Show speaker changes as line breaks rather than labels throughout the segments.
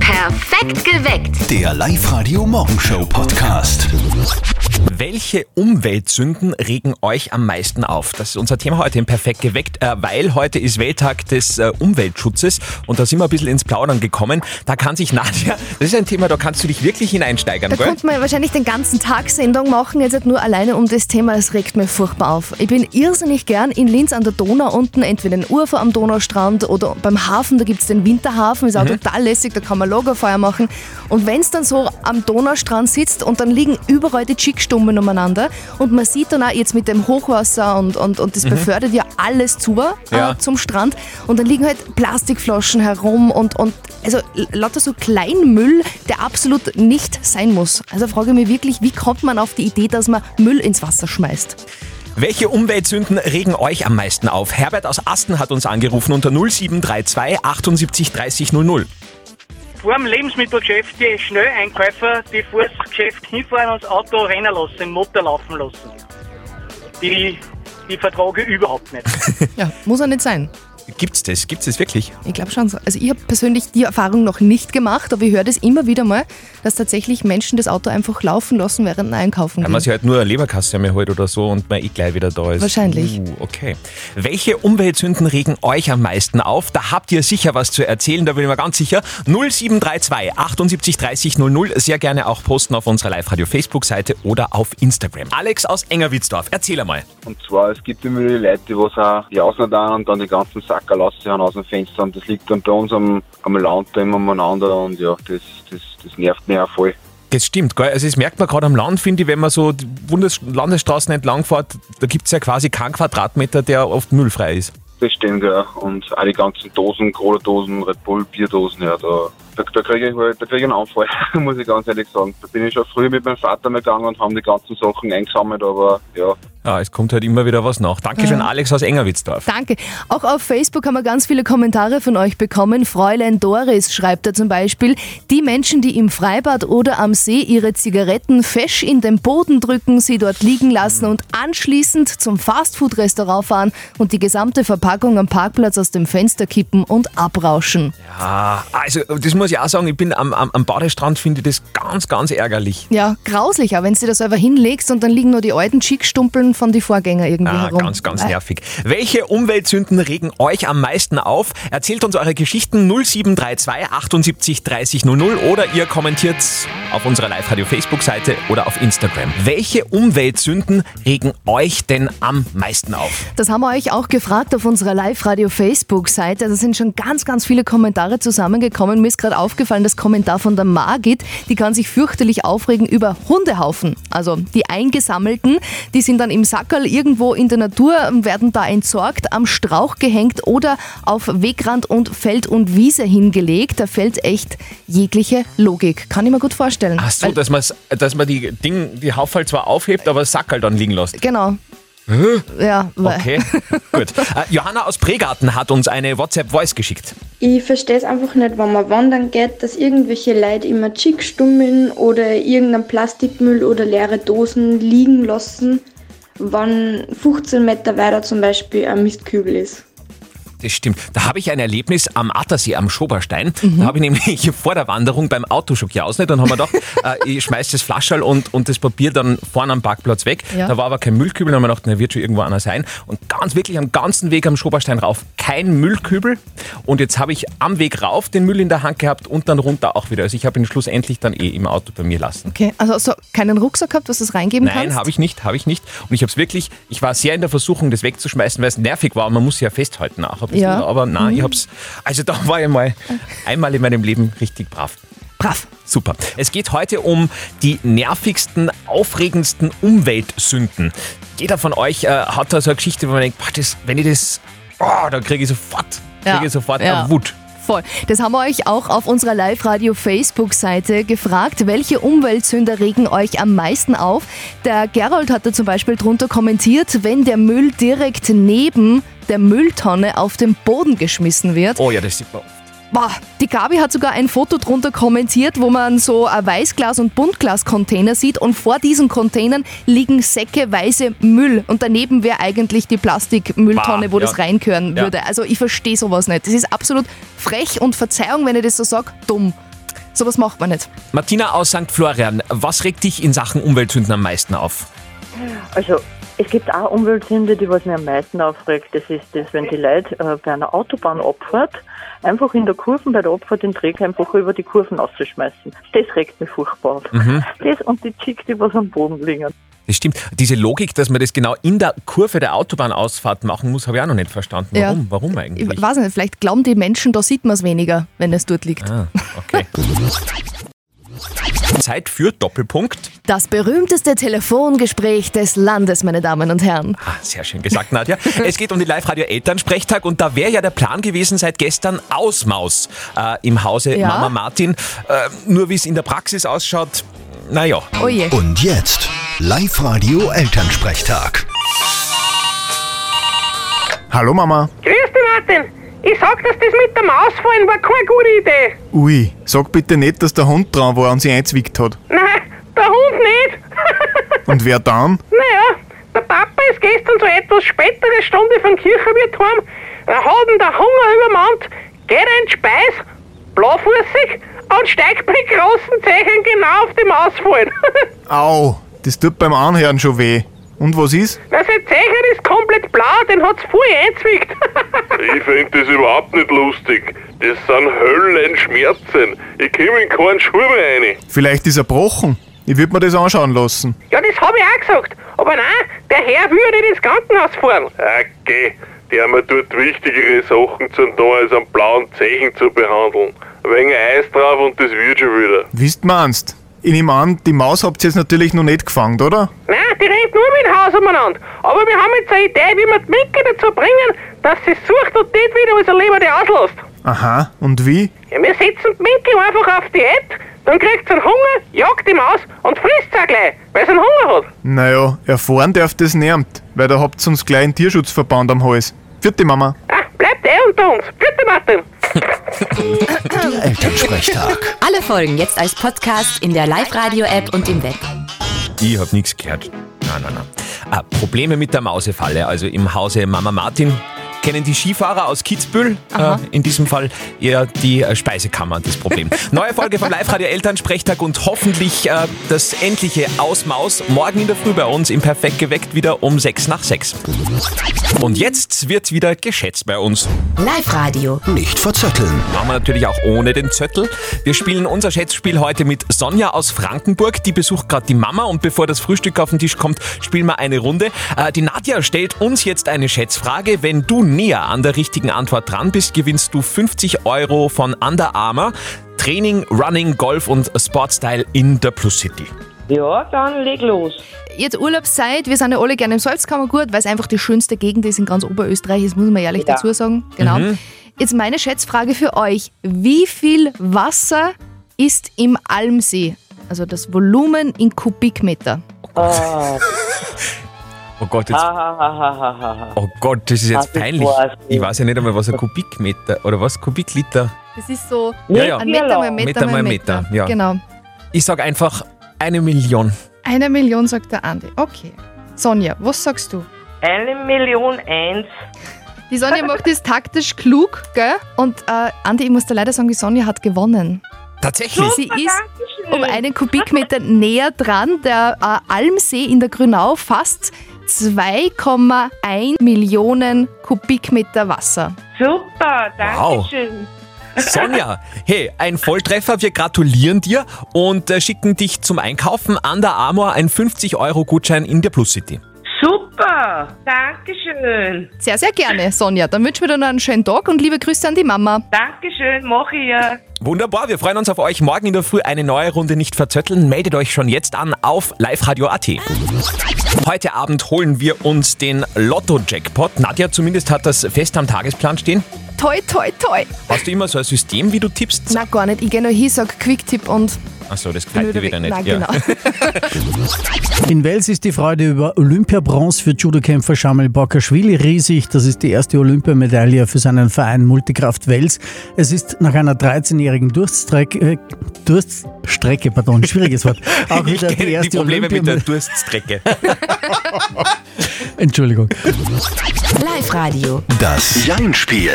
Perfekt geweckt.
Der Live-Radio-Morgenshow-Podcast.
Welche Umweltsünden regen euch am meisten auf? Das ist unser Thema heute im Perfekt geweckt, äh, weil heute ist Welttag des äh, Umweltschutzes und da sind wir ein bisschen ins Plaudern gekommen. Da kann sich Nadja, das ist ein Thema, da kannst du dich wirklich hineinsteigern,
Da
gell?
könnte man wahrscheinlich den ganzen Tag Sendung machen, jetzt halt nur alleine um das Thema, es regt mir furchtbar auf. Ich bin irrsinnig gern in Linz an der Donau unten, entweder in Ufer am Donaustrand oder beim Hafen, da gibt es den Winterhafen, ist auch total lässig, da kann man Lagerfeuer machen. Und wenn es dann so am Donaustrand sitzt und dann liegen überall die Chickstummen umeinander und man sieht dann auch jetzt mit dem Hochwasser und, und, und das befördert ja alles zu äh,
Ja.
zum Strand und dann liegen halt Plastikflaschen herum und, und also lauter so Kleinmüll, der absolut nicht sein muss. Also frage ich mich wirklich, wie kommt man auf die Idee, dass man Müll ins Wasser schmeißt?
Welche Umweltsünden regen euch am meisten auf? Herbert aus Asten hat uns angerufen unter 0732 78 30 00.
vor dem Lebensmittelgeschäft die Schnelleinkäufer, die vor das Geschäft hinfahren und das Auto rennen lassen, den Motor laufen lassen. Die, die vertrage ich überhaupt nicht.
Ja, muss ja nicht sein.
Gibt's das? Gibt's das wirklich?
Ich glaube schon. so. Also ich habe persönlich die Erfahrung noch nicht gemacht, aber ich höre das immer wieder mal, dass tatsächlich Menschen das Auto einfach laufen lassen, während sie einkaufen
Wenn
gehen.
man sich halt nur eine Leberkasse mehr holt oder so und man eh gleich wieder da ist.
Wahrscheinlich.
Uh, okay. Welche Umweltsünden regen euch am meisten auf? Da habt ihr sicher was zu erzählen, da bin ich mir ganz sicher. 0732 78 30 00. Sehr gerne auch posten auf unserer Live-Radio-Facebook-Seite oder auf Instagram. Alex aus Engerwitzdorf, erzähl einmal.
Und zwar, es gibt immer wieder die Leute, die was auch die Ausland an und dann die ganzen Sackerl raushauen aus dem Fenster. Und das liegt dann bei uns am, am Land da immer umeinander und ja, das, das, das nervt mich auch voll.
Das stimmt, gell? Also, das merkt man gerade am Land, finde ich, wenn man so die Bundes Landesstraßen entlang fährt, da gibt's ja quasi keinen Quadratmeter, der oft müllfrei ist.
Das stimmt, ja. Und auch die ganzen Dosen, Cola-Dosen, Red Bull, Bierdosen, ja, da, da, da kriege ich, halt- da krieg ich einen Anfall, muss ich ganz ehrlich sagen. Da bin ich schon früh mit meinem Vater mal gegangen und haben die ganzen Sachen eingesammelt, aber ja,
Ja, es kommt halt immer wieder was nach. Dankeschön, Alex aus Engerwitzdorf.
Danke. Auch auf Facebook haben wir ganz viele Kommentare von euch bekommen. Fräulein Doris schreibt da zum Beispiel, die Menschen, die im Freibad oder am See ihre Zigaretten fesch in den Boden drücken, sie dort liegen lassen und anschließend zum Fastfood-Restaurant fahren und die gesamte Verpackung am Parkplatz aus dem Fenster kippen und abrauschen.
Ah, also das muss ich auch sagen, ich bin am, am, am Badestrand, finde ich das ganz, ganz ärgerlich.
Ja, grauslich, aber wenn du das einfach hinlegst und dann liegen nur die alten Schickstumpeln von die Vorgänger irgendwie
Ah,
herum.
ganz, ganz
Äh,
nervig. Welche Umweltsünden regen euch am meisten auf? Erzählt uns eure Geschichten 0732 78 30 00 oder ihr kommentiert auf unserer Live-Radio-Facebook-Seite oder auf Instagram. Welche Umweltsünden regen euch denn am meisten auf?
Das haben wir euch auch gefragt auf unserer Live-Radio-Facebook-Seite. Da sind schon ganz, ganz viele Kommentare zusammengekommen. Mir ist gerade aufgefallen, das Kommentar von der Margit, die kann sich fürchterlich aufregen über Hundehaufen. Also die eingesammelten, die sind dann im Sackerl irgendwo in der Natur, werden da entsorgt, am Strauch gehängt oder auf Wegrand und Feld und Wiese hingelegt. Da fällt echt jegliche Logik. Kann ich mir gut vorstellen.
Ach so,
Weil-
dass, man's- dass man die Ding, die Haufen halt zwar aufhebt, aber das Sackerl dann liegen lässt.
genau. Ja, weil-
Okay, gut. Äh, Johanna aus Pregarten hat uns eine WhatsApp-Voice geschickt.
Ich verstehe es einfach nicht, wenn man wandern geht, dass irgendwelche Leute immer Chick stummeln oder irgendeinen Plastikmüll oder leere Dosen liegen lassen, wann 15 Meter weiter zum Beispiel ein Mistkübel ist.
Das stimmt. Da habe ich ein Erlebnis am Attersee am Schoberstein. Da habe ich nämlich vor der Wanderung beim Auto schon geausnet und haben wir gedacht, äh, ich schmeiß das Flascherl und, und das Papier dann vorne am Parkplatz weg.
Ja.
Da war aber kein Müllkübel, da haben wir gedacht, na, wird schon irgendwo einer sein. Und ganz wirklich am ganzen Weg am Schoberstein rauf kein Müllkübel. Und jetzt habe ich am Weg rauf den Müll in der Hand gehabt und dann runter auch wieder. Also ich habe ihn schlussendlich dann eh im Auto bei mir lassen.
Okay, also so keinen Rucksack gehabt, was du es reingeben kannst?
Nein, habe ich nicht, habe ich nicht. Und ich habe es wirklich, ich war sehr in der Versuchung, das wegzuschmeißen, weil es nervig war. Man muss ja festhalten auch ein bisschen.
Ja. Mhm.
Aber nein, ich habe es, also da war ich mal einmal in meinem Leben richtig brav.
Brav.
Super. Es geht heute um die nervigsten, aufregendsten Umweltsünden. Jeder von euch äh, hat da so eine Geschichte, wo man denkt, boah, das, wenn ich das, oh, da kriege ich sofort,
Ja.
kriege ich sofort
Ja.
eine Wut.
Voll. Das haben wir euch auch auf unserer Live-Radio-Facebook-Seite gefragt. Welche Umweltsünder regen euch am meisten auf? Der Gerold hat da zum Beispiel drunter kommentiert, wenn der Müll direkt neben der Mülltonne auf den Boden geschmissen wird.
Oh ja, das sieht man.
Boah, die Gabi hat sogar ein Foto drunter kommentiert, wo man so ein Weißglas- und Buntglas-Container sieht und vor diesen Containern liegen säckeweise Müll und daneben wäre eigentlich die Plastikmülltonne,
Bah,
wo
ja.
das reinkören
Ja.
würde. Also ich verstehe sowas nicht. Das ist absolut frech und Verzeihung, wenn ich das so sage, dumm. Sowas macht man nicht.
Martina aus St. Florian, was regt dich in Sachen Umweltsünden am meisten auf?
Also es gibt auch Umweltsünde, die was mir am meisten aufregt. Das ist das, wenn die Leute äh, bei einer Autobahnabfahrt einfach in der Kurve bei der Abfahrt den Träger einfach über die Kurven auszuschmeißen. Das regt mich furchtbar auf. Das und die Chicks, die was am Boden liegen.
Das stimmt. Diese Logik, dass man das genau in der Kurve der Autobahnausfahrt machen muss, habe ich auch noch nicht verstanden.
Ja.
Warum? Warum
Ich
eigentlich?
weiß nicht, vielleicht glauben die Menschen, da sieht man es weniger, wenn es dort liegt.
Ah, okay. Zeit für Doppelpunkt.
Das berühmteste Telefongespräch des Landes, meine Damen und Herren.
Ah, sehr schön gesagt, Nadja. es geht um den Live-Radio Elternsprechtag und da wäre ja der Plan gewesen seit gestern Ausmaus äh, im Hause
Ja.
Mama Martin. Äh, nur wie es in der Praxis ausschaut, naja.
Oje.
Und jetzt Live-Radio Elternsprechtag.
Hallo Mama.
Grüß dich, Martin. Ich sag, dass das mit dem Ausfallen war keine gute Idee.
Ui, sag bitte nicht, dass der Hund dran war und sie einzwickt hat.
Nein, der Hund nicht.
Und wer dann?
naja, der Papa ist gestern zur etwas späteren Stunde vom Kirchenwirt heim. Er hat ihn der Hunger übermannt, geht in die Speis, blaufußig und steigt bei großen Zeichen genau auf dem Ausfallen.
Au, das tut beim Anhören schon weh. Und was ist?
Na, sein Zeichen ist komplett blau, den hat's voll einzwickt.
Ich find das überhaupt nicht lustig. Das sind Höllenschmerzen. Ich komme in keinen Schuh mehr rein.
Vielleicht ist er gebrochen. Ich würde mir das anschauen lassen.
ja, das habe ich auch gesagt. Aber nein, der Herr will ja nicht ins Krankenhaus fahren.
Okay, die haben mir dort wichtigere Sachen zu tun, als einen blauen Zeichen zu behandeln. Wegen Eis drauf und das wird schon wieder.
Wisst meinst? Ich nehme an, die Maus habt ihr jetzt natürlich noch nicht gefangen, oder?
Nein, die rennt nur mit dem Haus umeinander. Aber wir haben jetzt eine Idee, wie wir die Minke dazu bringen, dass sie sucht und nicht wieder unser Leben die auslässt.
Aha, und wie?
Ja, wir setzen die Minke einfach auf Diät, dann kriegt sie einen Hunger, jagt die Maus und frisst sie auch gleich, weil sie einen Hunger hat.
Naja, erfahren darf das niemand, weil da habt ihr uns gleich einen Tierschutzverband am Hals. Vierte Mama.
Ah, bleibt eh unter uns. Bitte, Martin.
Der Elternsprechtag.
Alle Folgen jetzt als Podcast in der Live-Radio-App und im Web.
Ich habe nichts gehört. Nein, nein, nein. Ah, Probleme mit der Mausefalle, also im Hause Mama Martin. Kennen die Skifahrer aus Kitzbühel, äh, in diesem Fall eher die äh, Speisekammer das Problem. Neue Folge vom Live-Radio Elternsprechtag und hoffentlich äh, das endliche Ausmaus morgen in der Früh bei uns im Perfekt geweckt wieder um 6 nach 6. Und jetzt wird wieder geschätzt bei uns.
Live-Radio.
Nicht verzetteln.
Machen wir natürlich auch ohne den Zöttel. Wir spielen unser Schätzspiel heute mit Sonja aus Frankenburg. Die besucht gerade die Mama und bevor das Frühstück auf den Tisch kommt, spielen wir eine Runde. Äh, die Nadja stellt uns jetzt eine Schätzfrage. Wenn du näher an der richtigen Antwort dran bist, gewinnst du 50 Euro von Under Armour. Training, Running, Golf und Sportstyle in der Plus City.
Ja, dann leg los.
Jetzt Urlaubszeit, wir sind ja alle gerne im Salzkammergut, weil es einfach die schönste Gegend ist in ganz Oberösterreich, das muss man ehrlich
Ja.
dazu sagen. Genau.
Mhm.
Jetzt meine Schätzfrage für euch. Wie viel Wasser ist im Almsee? Also das Volumen in Kubikmeter.
Ah,
Oh Gott, jetzt,
ha, ha, ha, ha, ha, ha, ha.
oh Gott, das ist
Ah, das
jetzt peinlich.
war's.
Ich weiß ja nicht einmal, was ein Kubikmeter oder was Kubikliter.
Das ist so
Ja, ja.
ein Meter mal
Meter
Meter mal
mal
Meter.
Meter, ja.
Genau.
Ich sag einfach eine Million.
Eine Million sagt der Andi. Okay. Sonja, was sagst du?
Eine Million eins.
Die Sonja macht das taktisch klug, gell? Und äh, Andi, ich muss dir leider sagen, die Sonja hat gewonnen.
Tatsächlich.
Sie ist um einen Kubikmeter näher dran. Der äh, Almsee in der Grünau fasst 2,1 Millionen Kubikmeter Wasser.
Super,
Wow.
schön.
Sonja, hey, ein Volltreffer, wir gratulieren dir und äh, schicken dich zum Einkaufen an der Amor ein 50-Euro-Gutschein in der Plus City.
Super, Dankeschön.
Sehr, sehr gerne, Sonja. Dann wünschen wir dir noch einen schönen Tag und liebe Grüße an die Mama.
Dankeschön, mach ich ja.
Wunderbar, wir freuen uns auf euch. Morgen in der Früh eine neue Runde nicht verzötteln. Meldet euch schon jetzt an auf liveradio.at. Heute Abend holen wir uns den Lotto-Jackpot. Nadja zumindest hat das fest am Tagesplan stehen.
Toi, toi, toi.
Hast du immer so ein System, wie du tippst?
Na gar nicht, ich gehe noch hin, sag Quicktip und
Achso, das gefällt dir wieder nicht.
Nein,
Ja.
genau.
In Wales ist die Freude über Olympiabronze für Judokämpfer Shamil Bakashvili riesig. Das ist die erste Olympiamedaille für seinen Verein Multikraft Wales. Es ist nach einer 13-jährigen Durststrecke, äh, Durststrecke, pardon, schwieriges Wort, auch
Ich
wieder die
kenne die
erste
Probleme mit der
Olympiamedaille.
Durststrecke.
Entschuldigung.
Live-Radio.
Das Jein-Spiel.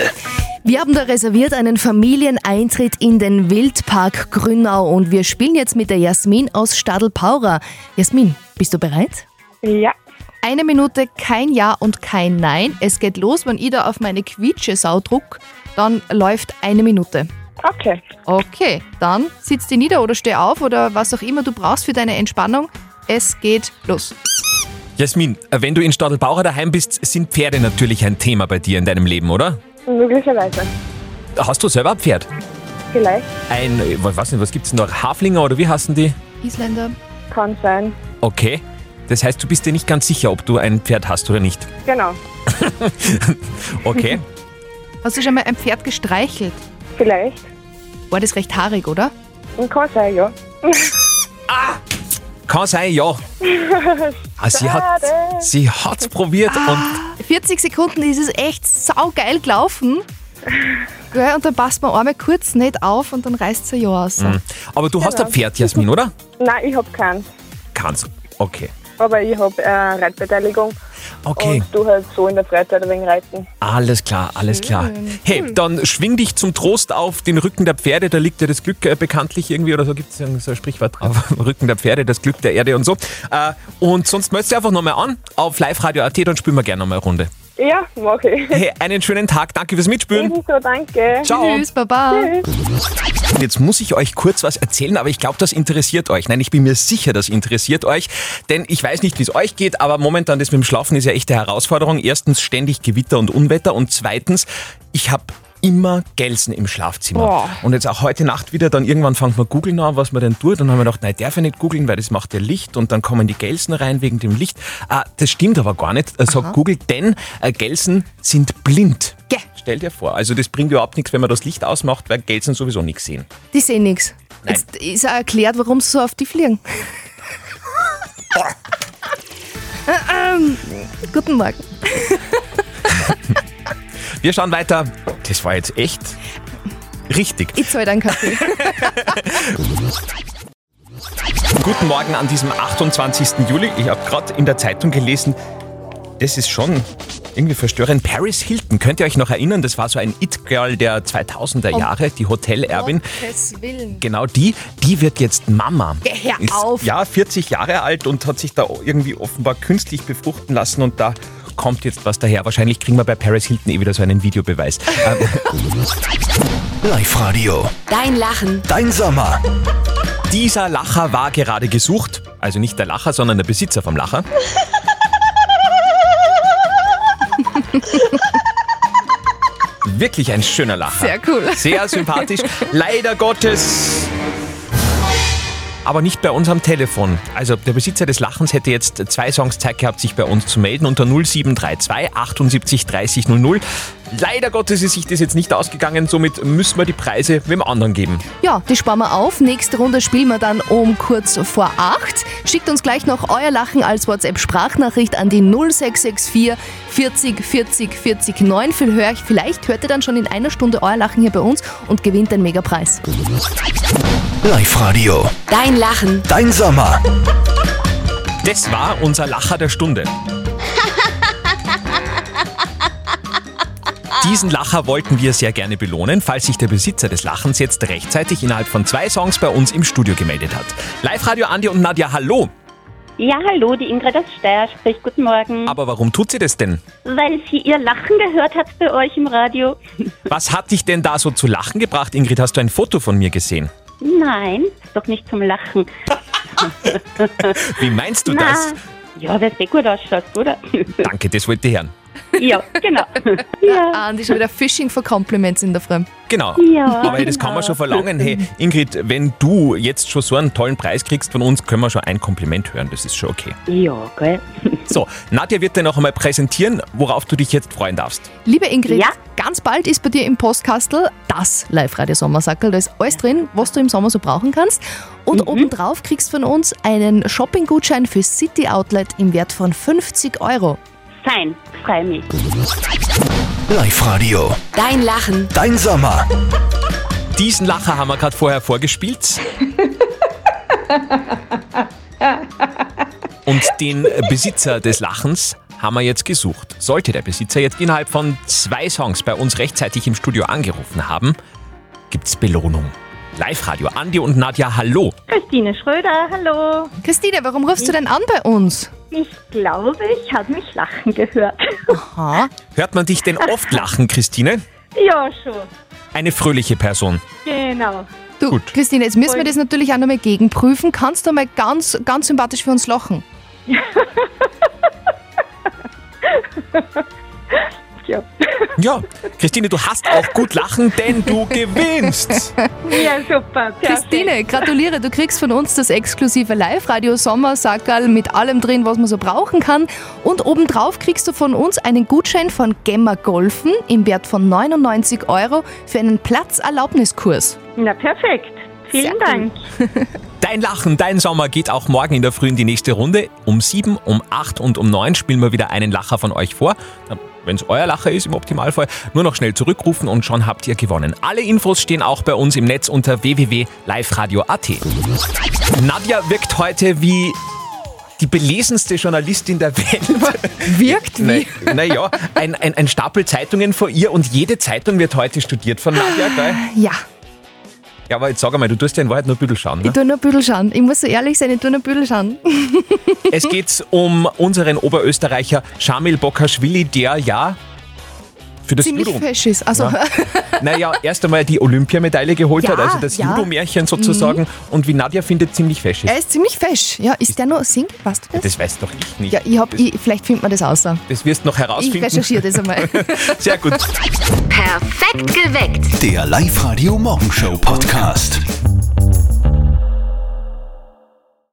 Wir haben da reserviert einen Familieneintritt in den Wildpark Grünau und wir spielen jetzt mit der Jasmin aus Stadelpaura. Jasmin, bist du bereit?
Ja.
Eine Minute kein Ja und kein Nein. Es geht los, wenn ich da auf meine Quietschesau druck, dann läuft eine Minute.
Okay.
Okay, dann sitz dich nieder oder steh auf oder was auch immer du brauchst für deine Entspannung. Es geht los.
Jasmin, wenn du in Stadelbauer daheim bist, sind Pferde natürlich ein Thema bei dir in deinem Leben, oder?
Möglicherweise.
Hast du selber ein Pferd?
Vielleicht.
Ein, äh, was, was gibt's denn noch? Haflinger oder wie heißen die?
Isländer.
Kann sein.
Okay. Das heißt, du bist dir nicht ganz sicher, ob du ein Pferd hast oder nicht.
Genau.
Okay.
Hast du schon mal ein Pferd gestreichelt?
Vielleicht.
War das recht haarig, oder?
Kann sein, ja.
Kann sein, ja. Ah, sie hat sie hat's probiert und
40 Sekunden ist es echt saugeil gelaufen. Gell, und dann passt man einmal kurz nicht auf und dann reißt es ja aus.
Mhm. Aber du hast ein Pferd, Jasmin, oder?
Nein, ich hab keinen.
Kannst. Okay.
Aber ich hab äh, Reitbeteiligung.
Okay.
Und du halt so in der Freizeit ein wenig reiten.
Alles klar, alles klar. Hey, dann schwing dich zum Trost auf den Rücken der Pferde, da liegt ja das Glück äh, bekanntlich irgendwie oder so gibt es so ein Sprichwort drauf. Am Rücken der Pferde, das Glück der Erde und so. Äh, und sonst meldest du einfach nochmal an auf liveradio.at, dann spielen wir gerne nochmal eine Runde.
Ja, mach ich.
Hey, einen schönen Tag, danke fürs Mitspielen.
Ebenso, danke.
Ciao.
Tschüss, Baba.
Jetzt muss ich euch kurz was erzählen, aber ich glaube, das interessiert euch. Nein, ich bin mir sicher, das interessiert euch, denn ich weiß nicht, wie es euch geht, aber momentan das mit dem Schlafen ist ja echte Herausforderung. Erstens ständig Gewitter und Unwetter und zweitens, ich habe immer Gelsen im Schlafzimmer.
Boah.
Und jetzt auch heute Nacht wieder, dann irgendwann fangt man googeln an, was man denn tut. Dann haben wir gedacht, nein, darf ich nicht googeln, weil das macht ja Licht und dann kommen die Gelsen rein wegen dem Licht. Ah, das stimmt aber gar nicht, äh, sagt Google, denn äh, Gelsen sind blind.
Geh.
Stell dir vor, also das bringt überhaupt nichts, wenn man das Licht ausmacht, weil Gelsen sowieso nichts sehen.
Die sehen nichts.
Nein.
Jetzt ist auch erklärt, warum sie so auf die fliegen. Ähm, Guten Morgen.
Wir schauen weiter. Das war jetzt echt richtig.
Ich zahle deinen Kaffee.
Guten Morgen an diesem 28. Juli. Ich habe gerade in der Zeitung gelesen, das ist schon irgendwie verstörend. Paris Hilton, könnt ihr euch noch erinnern? Das war so ein It-Girl der 2000er Jahre, die Hotelerbin.
Um Gottes Willen.
Genau die, die wird jetzt Mama.
Geh her auf.
Ja, 40 Jahre alt und hat sich da irgendwie offenbar künstlich befruchten lassen und da kommt jetzt was daher. Wahrscheinlich kriegen wir bei Paris Hilton eh wieder so einen Videobeweis. Ähm,
Live-Radio.
Dein Lachen.
Dein Sommer.
Dieser Lacher war gerade gesucht. Also nicht der Lacher, sondern der Besitzer vom Lacher. Wirklich ein schöner Lacher.
Sehr cool.
Sehr sympathisch. Leider Gottes. Aber nicht bei uns am Telefon. Also der Besitzer des Lachens hätte jetzt zwei Songs Zeit gehabt, sich bei uns zu melden unter 0732 78 30 00. Leider Gottes ist sich das jetzt nicht ausgegangen, somit müssen wir die Preise wem anderen geben.
Ja, die sparen wir auf. Nächste Runde spielen wir dann um kurz vor acht. Schickt uns gleich noch euer Lachen als WhatsApp-Sprachnachricht an die 0664 40 40 40 9. Vielleicht- Vielleicht hört ihr dann schon in einer Stunde euer Lachen hier bei uns und gewinnt den Megapreis.
Live-Radio.
Dein Lachen.
Dein Sommer.
Das war unser Lacher der Stunde. Diesen Lacher wollten wir sehr gerne belohnen, falls sich der Besitzer des Lachens jetzt rechtzeitig innerhalb von zwei Songs bei uns im Studio gemeldet hat. Live-Radio Andi und Nadja, hallo!
Ja, hallo, die Ingrid aus Steyr spricht. Guten Morgen.
Aber warum tut sie das denn?
Weil sie ihr Lachen gehört hat bei euch im Radio.
Was hat dich denn da so zu lachen gebracht, Ingrid? Hast du ein Foto von mir gesehen?
Nein, ist doch nicht zum Lachen.
Wie meinst du
Na,
das?
Ja, weil du gut ausschaust, oder?
Danke, das wollte ich hören.
ja, genau.
Ja. Andi, schon wieder Fishing for Compliments in der Früh.
Genau.
Ja,
Aber das kann man schon verlangen. Hey, Ingrid, wenn du jetzt schon so einen tollen Preis kriegst von uns, können wir schon ein Kompliment hören. Das ist schon okay.
Ja, gell.
So, Nadja wird dir noch einmal präsentieren, worauf du dich jetzt freuen darfst.
Liebe Ingrid,
Ja?
ganz bald ist bei dir im Postkastel das Live-Radio-Sommersackerl. Da ist alles drin, was du im Sommer so brauchen kannst. Und obendrauf kriegst von uns einen Shopping-Gutschein für City Outlet im Wert von 50 Euro.
Fein, freu mich.
Live-Radio.
Dein Lachen.
Dein Sommer.
Diesen Lacher haben wir gerade vorher vorgespielt. Und den Besitzer des Lachens haben wir jetzt gesucht. Sollte der Besitzer jetzt innerhalb von zwei Songs bei uns rechtzeitig im Studio angerufen haben, gibt's Belohnung. Live-Radio, Andi und Nadja, hallo.
Christine Schröder, hallo.
Christine, warum rufst du denn an bei uns?
Ich glaube, ich habe mich lachen gehört.
Aha.
Hört man dich denn oft lachen, Christine?
ja, schon.
Eine fröhliche Person.
Genau.
Du,
Gut.
Christine, jetzt müssen wir das natürlich auch nochmal gegenprüfen. Kannst du mal ganz, ganz sympathisch für uns lachen?
Ja, Christine, du hast auch gut lachen, denn du gewinnst.
Ja, super.
Christine, gratuliere, du kriegst von uns das exklusive Live-Radio Sommersackerl mit allem drin, was man so brauchen kann. Und obendrauf kriegst du von uns einen Gutschein von Gemma Golfen im Wert von 99 Euro für einen Platzerlaubniskurs.
Na, perfekt. Vielen Dank.
Dein Lachen, dein Sommer geht auch morgen in der Früh in die nächste Runde. Um sieben, um acht und um neun spielen wir wieder einen Lacher von euch vor. Wenn es euer Lacher ist, im Optimalfall, nur noch schnell zurückrufen und schon habt ihr gewonnen. Alle Infos stehen auch bei uns im Netz unter www.liveradio.at. Nadja wirkt heute wie die belesenste Journalistin der Welt.
Wirkt
wie? Naja, ein, ein, ein Stapel Zeitungen vor ihr und jede Zeitung wird heute studiert von Nadja, gell?
Ja,
Ja, aber jetzt sag einmal, du tust ja in Wahrheit nur ein bisschen schauen.
ich
Ne?
tu nur ein bisschen schauen. Ich muss so ehrlich sein, ich tu nur ein bisschen schauen.
Es geht um unseren Oberösterreicher Shamil Bokaschwili, der ja für das
Ziemlich
Judo.
fesch ist. Also,
Ja. Naja, erst einmal die Olympiamedaille geholt
Ja,
hat, also das
ja. Mhm. Äh,
Judo-Märchen sozusagen. Und wie Nadja findet, ziemlich fesch ist.
er ist ziemlich fesch. Ja, ist der nur Single? Weißt du das?
Das weiß doch ich nicht.
Ja, ich hab, ich, vielleicht findet man das aus. da.
Das wirst noch
Ich
herausfinden.
recherchiere das einmal.
Sehr gut.
Perfekt geweckt.
Der Live-Radio Morgenshow Podcast.